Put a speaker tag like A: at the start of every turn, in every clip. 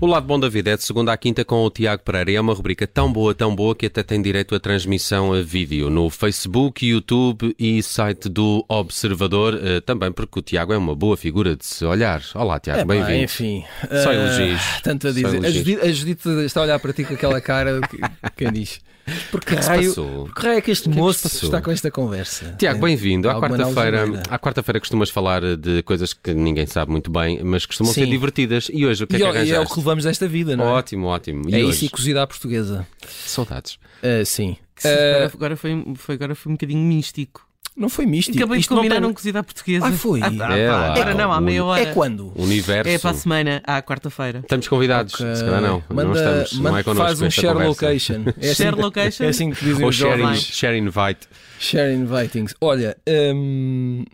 A: O Lado Bom da Vida é de segunda à quinta com o Tiago Pereira e é uma rubrica tão boa, tão boa que até tem direito à transmissão a vídeo no Facebook, YouTube e site do Observador, eh, também porque o Tiago é uma boa figura de se olhar. Olá, Tiago,
B: É, pá,
A: bem-vindo.
B: enfim.
A: Só
B: ah,
A: elogios.
B: Tanto a
A: Só
B: dizer. A
A: elogios.
B: Judite, a Judite está a olhar para ti com aquela cara. que- Quem diz? Porque
A: se
B: raio,
A: passou?
B: porque raio é que este
A: que se
B: moço
A: passou?
B: está com esta conversa? É.
A: Tiago, bem-vindo. À
B: Alguma
A: quarta-feira,
B: análise
A: à quarta-feira costumas falar eh, de coisas que ninguém sabe muito bem, mas costumam ser
B: Sim.
A: divertidas. E hoje o que é
B: E
A: que
B: é, e é o
A: arranjaste?
B: que levamos desta vida, não é?
A: Ótimo, ótimo. E
B: É isso
A: hoje?
B: e cozida à portuguesa.
A: Saudades.
B: Ah, sim.
C: Agora,
B: Ah,
C: agora foi, foi- agora foi um bocadinho místico.
B: não foi místico.
C: Acabei de
B: Isto não
C: combinar
B: tem-
C: um cozido à portuguesa.
B: Ah, foi?
C: Ah, pá,
A: É lá,
C: agora não,
A: o-
C: há meia hora.
B: É quando?
A: Universo.
C: É para a semana, à quarta-feira.
A: Estamos convidados. Se calhar não. não
B: Ah, Manda-
A: estamos. não
B: manda-
A: é connosco
B: faz um
A: esta
B: share
A: conversa.
B: location. É assim-
C: Share location?
B: É assim que dizem
A: Ou
B: os jovens.
A: share,
C: jovens.
A: share invite.
B: Share invitings. Olha, hum,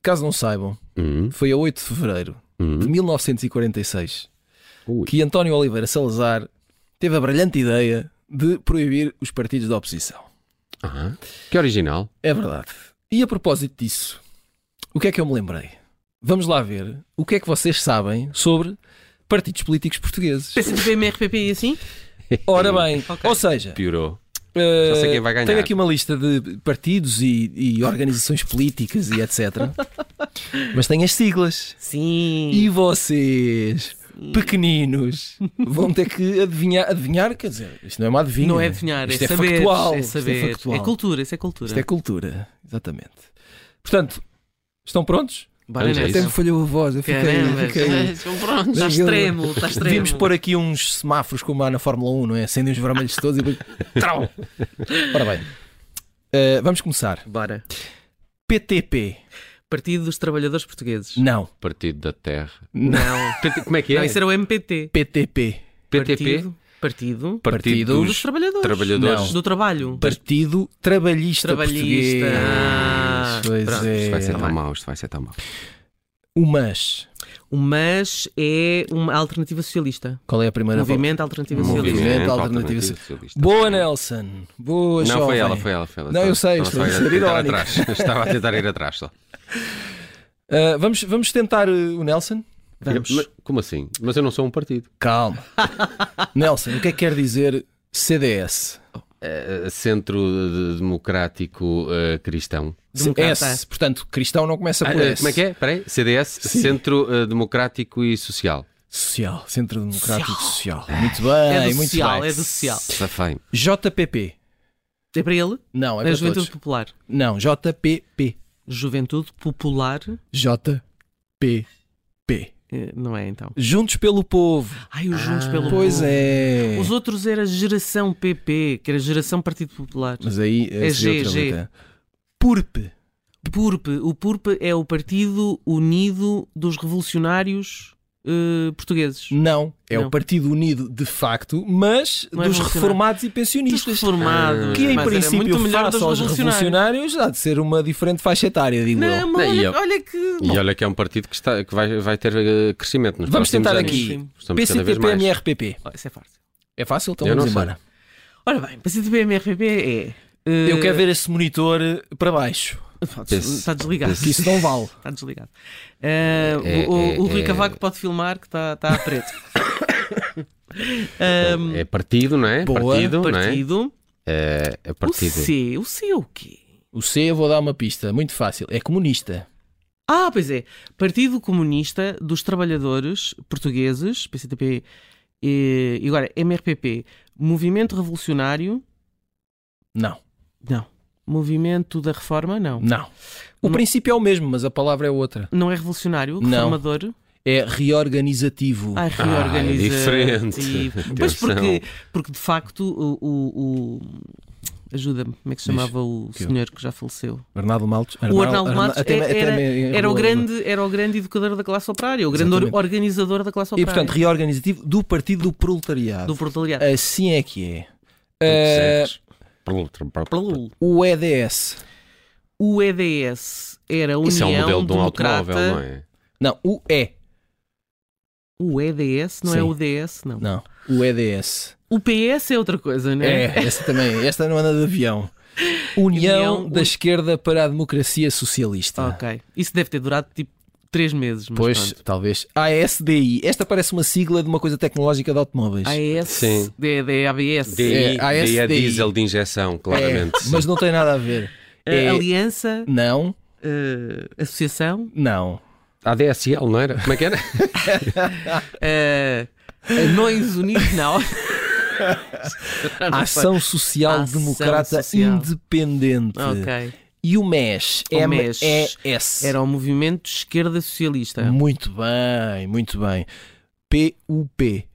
B: caso não saibam,
A: Hum,
B: foi a 8 de fevereiro de
A: hum.
B: 1946
A: Ui.
B: que António Oliveira Salazar teve a brilhante ideia de proibir os partidos da oposição.
A: Ah, que original.
B: É verdade. E a propósito disso, o que é que eu me lembrei? Vamos lá ver o que é que vocês sabem sobre partidos políticos portugueses.
C: PCP, MRPP e assim?
B: Ora bem,
C: Ok.
B: ou seja,
A: Piorou.
B: eh,
A: sei quem vai ganhar.
B: tenho aqui uma lista de partidos e, e organizações políticas e etc. Mas tem as siglas.
C: Sim.
B: E vocês, pequeninos, vão ter que adivinhar, adivinhar, quer dizer, isto não é uma adivinha.
C: Não é adivinhar,
B: isto
C: é,
B: é
C: saber.
B: factual,
C: É
B: isto é
C: saber.
B: factual.
C: cultura, isso é cultura.
B: Isto é cultura, exatamente. Portanto, estão prontos?
C: Bora
A: Vamos a
C: nessa.
A: É isso.
B: Até me falhou a voz, eu fiquei.
C: Caramba,
B: fiquei...
C: estão prontos, está
B: Fiquei-
C: extremo, está extremo.
B: Devíamos pôr aqui uns semáforos como há na Fórmula 1, não é? Acendem os vermelhos todos e depois. Trau! Ora bem, eh, vamos começar.
C: Bora.
B: PTP.
C: Partido dos Trabalhadores Portugueses.
B: Não.
A: Partido da Terra.
C: Não.
A: PT Como é que é?
C: Não, isso era o MPT.
B: PTP.
A: PTP?
C: Partido, partido
B: Partido
C: dos Trabalhadores.
A: Trabalhadores.
B: Não.
C: Do trabalho.
B: Partido Trabalhista,
C: Trabalhista.
B: Português.
C: Ah,
B: Pois
C: pronto.
B: é.
A: Isto vai ser
C: Tá
A: tão
C: bem.
A: mau, isto vai ser tão mau.
B: O MAS.
C: O Um MAS é uma alternativa socialista.
B: Qual é a primeira volta?
C: Movimento Alternativa
B: Movimento
C: Socialista.
B: Alternativo
A: Socialista.
B: Boa, Nelson. Boa,
A: Não,
B: jovem.
A: foi ela, foi ela, foi ela.
B: Não, eu sei,
A: Estava
B: estou
A: só
B: a ser
A: tentar
B: irónico.
A: atrás. Estava a tentar ir atrás só.
B: Ah, vamos, vamos tentar uh, o Nelson?
A: Mas- como assim? Mas eu não sou um partido.
B: Calma. Nelson, o que é que quer dizer CDS?
A: Eh, Centro de- Democrático eh, Cristão.
C: Democrata. Ah,
B: S, portanto, cristão não começa por
A: Eh,
B: S.
A: como é que é? Espera aí. CDS, Centro eh, Democrático e Social.
B: Social, Centro Democrático Social. Muito bem,
C: É do
B: muito
C: social,
B: bem.
C: é do social.
A: Safai.
B: JPP.
C: É para ele?
B: Não, é
C: É
B: para
C: a Juventude
B: todos.
C: Popular.
B: Não, JPP.
C: Juventude Popular.
B: JPP.
C: eh, Não é então.
B: Juntos pelo povo.
C: Ai, os Juntos pelo
B: Ah, Pois
C: Povo.
B: é.
C: Os outros era Geração PP, que era Geração Partido Popular.
B: Mas aí é,
C: É
B: seria
C: G,
B: outra
C: G.
B: letra. PURP.
C: PURP. O PURP é o Partido Unido dos Revolucionários eh, Portugueses.
B: Não, é o
C: Não.
B: Partido Unido de facto, mas
C: Não é
B: dos
C: revolucionário.
B: reformados e
C: Dos
B: pensionistas.
C: reformados.
B: Ah, Que em
C: Mas era
B: princípio,
C: muito melhor
B: face
C: dos
B: aos revolucionários, há de ser uma diferente faixa etária, digo eu.
C: Não, mas
A: Não, e
C: olha,
A: eu-
C: olha que.
A: E olha que é um partido que, está, que vai, vai ter eh, crescimento nos
B: Vamos
A: próximos
B: tentar
A: anos.
B: aqui.
A: Estamos cada vez
B: PCTP,
A: mais.
B: MRPP.
C: Oh, isso é fácil.
B: É fácil? Então
A: Eu
B: vamos
A: não
B: embora.
C: Ora bem, PCDB MRPP é. eh,
B: Eu quero ver esse monitor eh, para baixo,
C: Está desligado.
B: que isso não vale.
C: Está desligado. Eh,
A: É,
C: o o, o
A: é,
C: Rui
A: é.
C: Cavaco pode filmar que está está a preto. Ahm,
A: É partido, não é?
B: hum, Boa,
A: partido, não é?
C: partido.
A: É, é
C: O
A: partido.
C: C. O C é o quê?
B: O C, eu vou dar uma pista, muito fácil. É comunista.
C: Ah, pois é. Partido Comunista dos Trabalhadores Portugueses, PCTP, e, e agora MRPP. Movimento Revolucionário.
B: Não,
C: Não. Movimento da Reforma, não.
B: não. O
C: Não.
B: princípio é o mesmo, mas a palavra é outra.
C: Não é revolucionário,
B: Não.
C: reformador.
B: É reorganizativo.
C: Ah, reorganiza.
A: é diferente.
C: e- Pois
A: Atenção.
C: porque, porque de facto o. o- o- Ajuda-me, como é que se chamava o
B: Que eu-
C: senhor que já faleceu?
B: Arnaldo Maltos.
C: o Arnaldo Matos
B: Arna- até-
C: é-
B: até
C: era,
B: me-
C: era o grande, era o grande educador da classe operária, o grande
B: Exatamente.
C: organizador da classe
B: E
C: operária.
B: portanto, reorganizativo do Partido do Proletariado.
C: do proletariado.
B: Assim é que é. Eh,
A: Certo.
B: o EDS.
C: O EDS era a União
A: Isso é um modelo de um
C: Democrata.
A: automóvel, não é?
B: Não, o E.
C: O EDS não
B: Sim.
C: é o DS, não.
B: Não, o EDS.
C: O PS é outra coisa, não é?
B: É, esta também. Esta não anda de avião. União,
C: União-
B: da Esquerda para a Democracia Socialista.
C: Ok. Isso deve ter durado tipo três meses. Mas
B: Pois,
C: pronto.
B: talvez. Ah, é ASDI. Esta parece uma sigla de uma coisa tecnológica de automóveis.
C: Ah, AS,
A: Sim.
C: D, D, ABS.
A: DI,
B: É, ASDI.
A: DI é diesel de injeção, claramente.
B: É, mas não tem nada a ver.
C: Eh,
B: É-
C: Aliança,
B: Não,
C: eh, Associação,
B: não.
A: A DSL, não era? Como é que era?
C: eh, Anões Unidos, não.
B: Ação Social
C: Ah, Ação
B: Democrata
C: Social.
B: Independente.
C: Ah, Ok.
B: E o MES.
C: O MES.
B: M-E-S.
C: Era o movimento de esquerda socialista.
B: Muito bem, muito bem. PUP.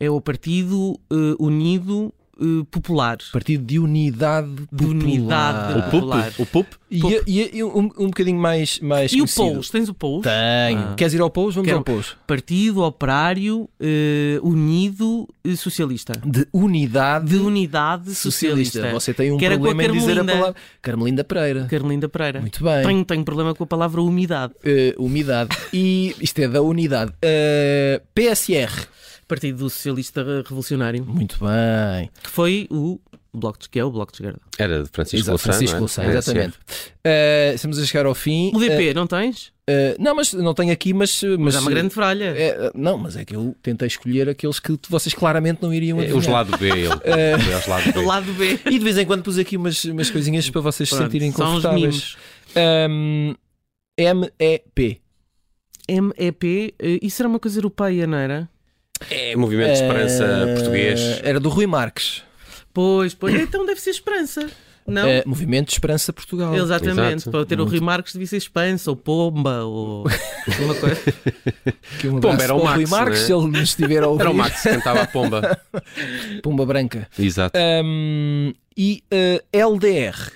C: É o Partido eh, Unido eh, Popular.
B: Partido de Unidade
C: De
B: Popular. Ah,
C: Unidade
A: O PUP?
C: Popular.
A: O PUP?
B: E, e- e um, um bocadinho mais, mais
C: E o
B: conhecido.
C: POUS? Tens o POUS?
B: Tenho.
C: Ah.
B: Queres ir ao Pous? Vamos
C: Quero-
B: ao Pous.
C: Partido Operário eh, Unido eh, Socialista.
B: De Unidade
C: De Unidade
B: Socialista.
C: Socialista.
B: Você tem um
C: Que era com a
B: problema em dizer a
C: Carmelinda.
B: palavra. Carmelinda Pereira.
C: Carlinda Pereira.
B: Muito bem.
C: Tenho, tenho problema com a palavra umidade.
B: Eh, umidade. E isto é da unidade. Eh, PSR.
C: Partido Socialista Revolucionário.
B: Muito bem.
C: Que foi o Bloco de Esquerda. É o Bloco de Esquerda.
A: Era de Francisco
B: Exato,
A: Louçã,
B: Francisco
A: não é?
B: Louçã,
A: É,
B: exatamente. Eh, estamos a chegar ao fim.
C: O
B: Eh,
C: DP, não tens?
B: eh, não, mas não tenho aqui, mas.
C: Mas
B: mas
C: há uma grande fralha.
B: eh, não, mas é que eu tentei escolher aqueles que vocês claramente não iriam
A: certo. É, Os
B: adivinhar. Eh,
A: lado B, ele.
B: É.
A: Foi aos lado B.
C: Do lado B.
B: E de vez em quando pus aqui umas, umas coisinhas para vocês se
C: Pronto,
B: sentirem
C: são os
B: confortáveis.
C: mimos.
B: Ahm, MEP.
C: MEP, eh, isso era uma coisa europeia, não era?
A: É Movimento de Esperança
B: Eh,
A: Português.
B: Era do Rui Marques.
C: Pois, pois. Então deve ser Esperança. Não?
B: Eh, Movimento de Esperança Portugal.
C: Exatamente.
A: Exato.
C: Para ter o Rui Marques devia ser Espança, ou Pomba, ou alguma coisa.
B: Que um
A: Pomba,
B: abraço
A: era o
B: para Rui
A: Max, não é?
B: Marques, se ele nos estiver a ouvir.
A: Era o Max que cantava a pomba.
B: Pomba Branca.
A: Exato.
B: Ahm, e eh, LDR.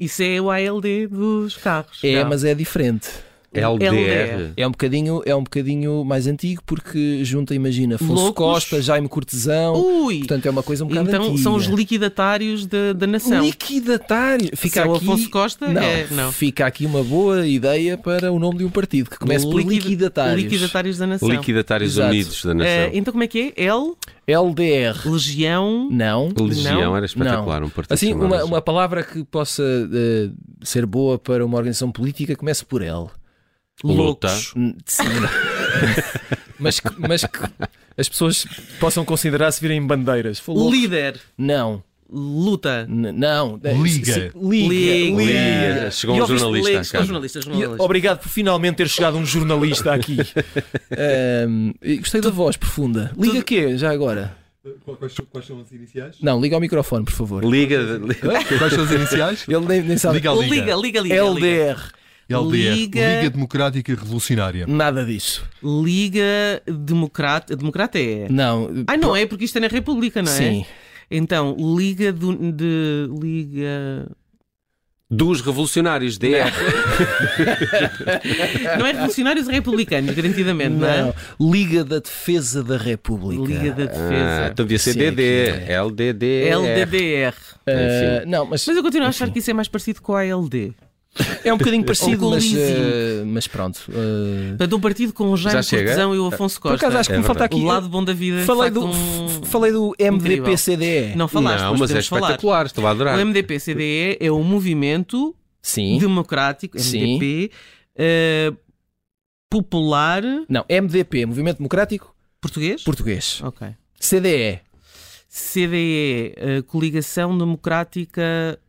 C: Isso é o ALD dos carros.
B: É,
C: Não.
B: mas é diferente.
A: LDR.
C: LDR.
B: É um bocadinho, é um bocadinho mais antigo porque junta, imagina, Afonso
C: Loucos.
B: Costa, Jaime Cortesão.
C: Ui!
B: Portanto, é uma coisa um bocado
C: então
B: antiga.
C: são os liquidatários da, da nação.
B: liquidatário. Fica
C: Se é o
B: aqui...
C: Afonso Costa,
B: não,
C: é- não.
B: Fica aqui uma boa ideia para o nome de um partido que comece por
C: Liquida-
B: liquidatários.
C: Liquidatários da nação.
A: Liquidatários
B: Exato.
A: Unidos da Nação.
C: Eh, então como é que é? L,
B: LDR.
C: Legião.
B: Não.
A: Legião
C: não.
A: era espetacular, um partido
B: Assim,
A: chamado
B: uma,
A: Legião.
B: uma palavra que possa eh, ser boa para uma organização política comece por L.
A: Luta.
C: Loucos.
B: Hum, sim. mas, que, mas que as pessoas possam considerar se virem bandeiras. Falou.
C: Líder.
B: não,
C: Luta.
B: n- não.
D: Liga.
B: Se- liga.
C: Liga.
A: Liga. Chegou
C: E
A: um
C: ouviste
A: jornalista.
C: leigos,
A: à casa.
C: jornalista, um
B: E,
C: jornalista.
B: obrigado por finalmente ter chegado um jornalista aqui. Ahm, e gostei da voz profunda. Liga quê, já agora?
D: Quais, são- quais são as iniciais?
B: Não, liga ao microfone, por favor.
A: Liga. de-
D: Quais são as iniciais?
B: Ele nem, nem sabe.
D: Liga à
C: Liga,
D: Liga.
C: liga, liga. Liga,
B: LDR.
D: LDR.
C: Liga-
D: Liga Democrática Revolucionária.
B: Nada disso.
C: Liga Democrata. Democrata é.
B: Não.
C: Ai, não é, porque isto é na República, não é?
B: Sim.
C: Então, Liga do, de. Liga.
A: Dos revolucionários, DR.
C: Não é revolucionários é republicanos, garantidamente, não, é?
B: Não. Liga da Defesa da República.
C: Liga da
A: Ah, é.
C: Defesa.
A: então devia ser
B: Sim,
A: DD.
B: aqui
A: LDD.
C: LDDR.
B: Ah, não, mas
C: Mas eu continuo a achar que isso é mais parecido com a ALD.
B: é um bocadinho parecido,
C: Ou com
B: mas,
C: leasing.
B: ah, mas pronto. ah,
C: Portanto, um partido com o Jaime
A: Já chega?
C: Cortesão e o Afonso
B: por
C: Costa.
B: acaso acho que
A: É
B: me falta
A: verdade.
B: aqui.
C: O lado bom da vida. de
B: falei,
C: facto,
B: do,
C: um-
B: f- falei do MDPCDE.
C: Não falaste,
A: não, mas é
C: podemos falar.
A: espetacular, estou a adorar.
C: O MDP-CDE é o movimento
B: Sim.
C: democrático,
B: Sim.
C: MDP, eh, popular
B: Não, MDP, Movimento Democrático
C: português?
B: Português.
C: Ok.
B: CDE.
C: CDE, eh, Coligação Democrática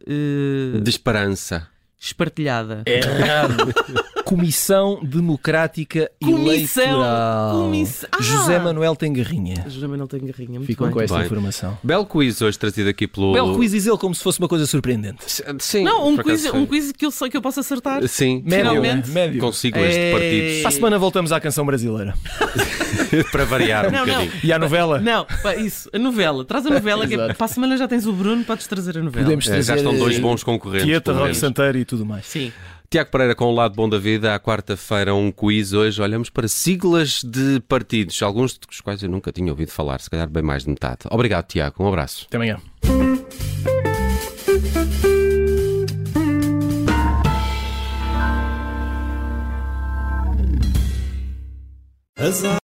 C: eh,
A: De esperança.
C: Espartilhada.
B: É. Errado. Comissão Democrática
C: É. Comissão,
B: Eleitoral.
C: comissão. Ah!
B: José Manuel Tengarrinha.
C: José Manuel tem garrinha. Muito
B: Ficam
C: bem.
B: com esta
A: Bem.
B: informação.
A: Belo quiz hoje trazido aqui pelo.
B: Belo quiz diz ele como se fosse uma coisa surpreendente.
A: Sim.
C: Não, um
A: por acaso
C: quiz,
A: foi.
C: um quiz que eu sei que eu posso acertar.
A: Sim,
B: Médio.
C: Finalmente.
B: é? Médio.
A: consigo este
C: É.
B: Para a
A: partido
B: semana voltamos à canção brasileira.
A: para variar um
C: Não, não.
A: bocadinho.
B: E à novela.
C: Não, pá, isso, a novela. Traz a novela que é,
B: Exato.
C: para a semana já tens o Bruno, podes trazer a novela.
B: Podemos
A: Eh,
B: trazer
A: Já estão dois
B: eh,
A: bons concorrentes.
B: Tieta,
A: pelo
B: Roque
A: menos.
B: Santeiro e tudo mais.
C: Sim.
A: Tiago Pereira com o lado bom da vida, à quarta-feira um quiz. Hoje olhamos para siglas de partidos, alguns dos quais eu nunca tinha ouvido falar, se calhar bem mais de metade. Obrigado, Tiago. Um abraço.
B: Até amanhã.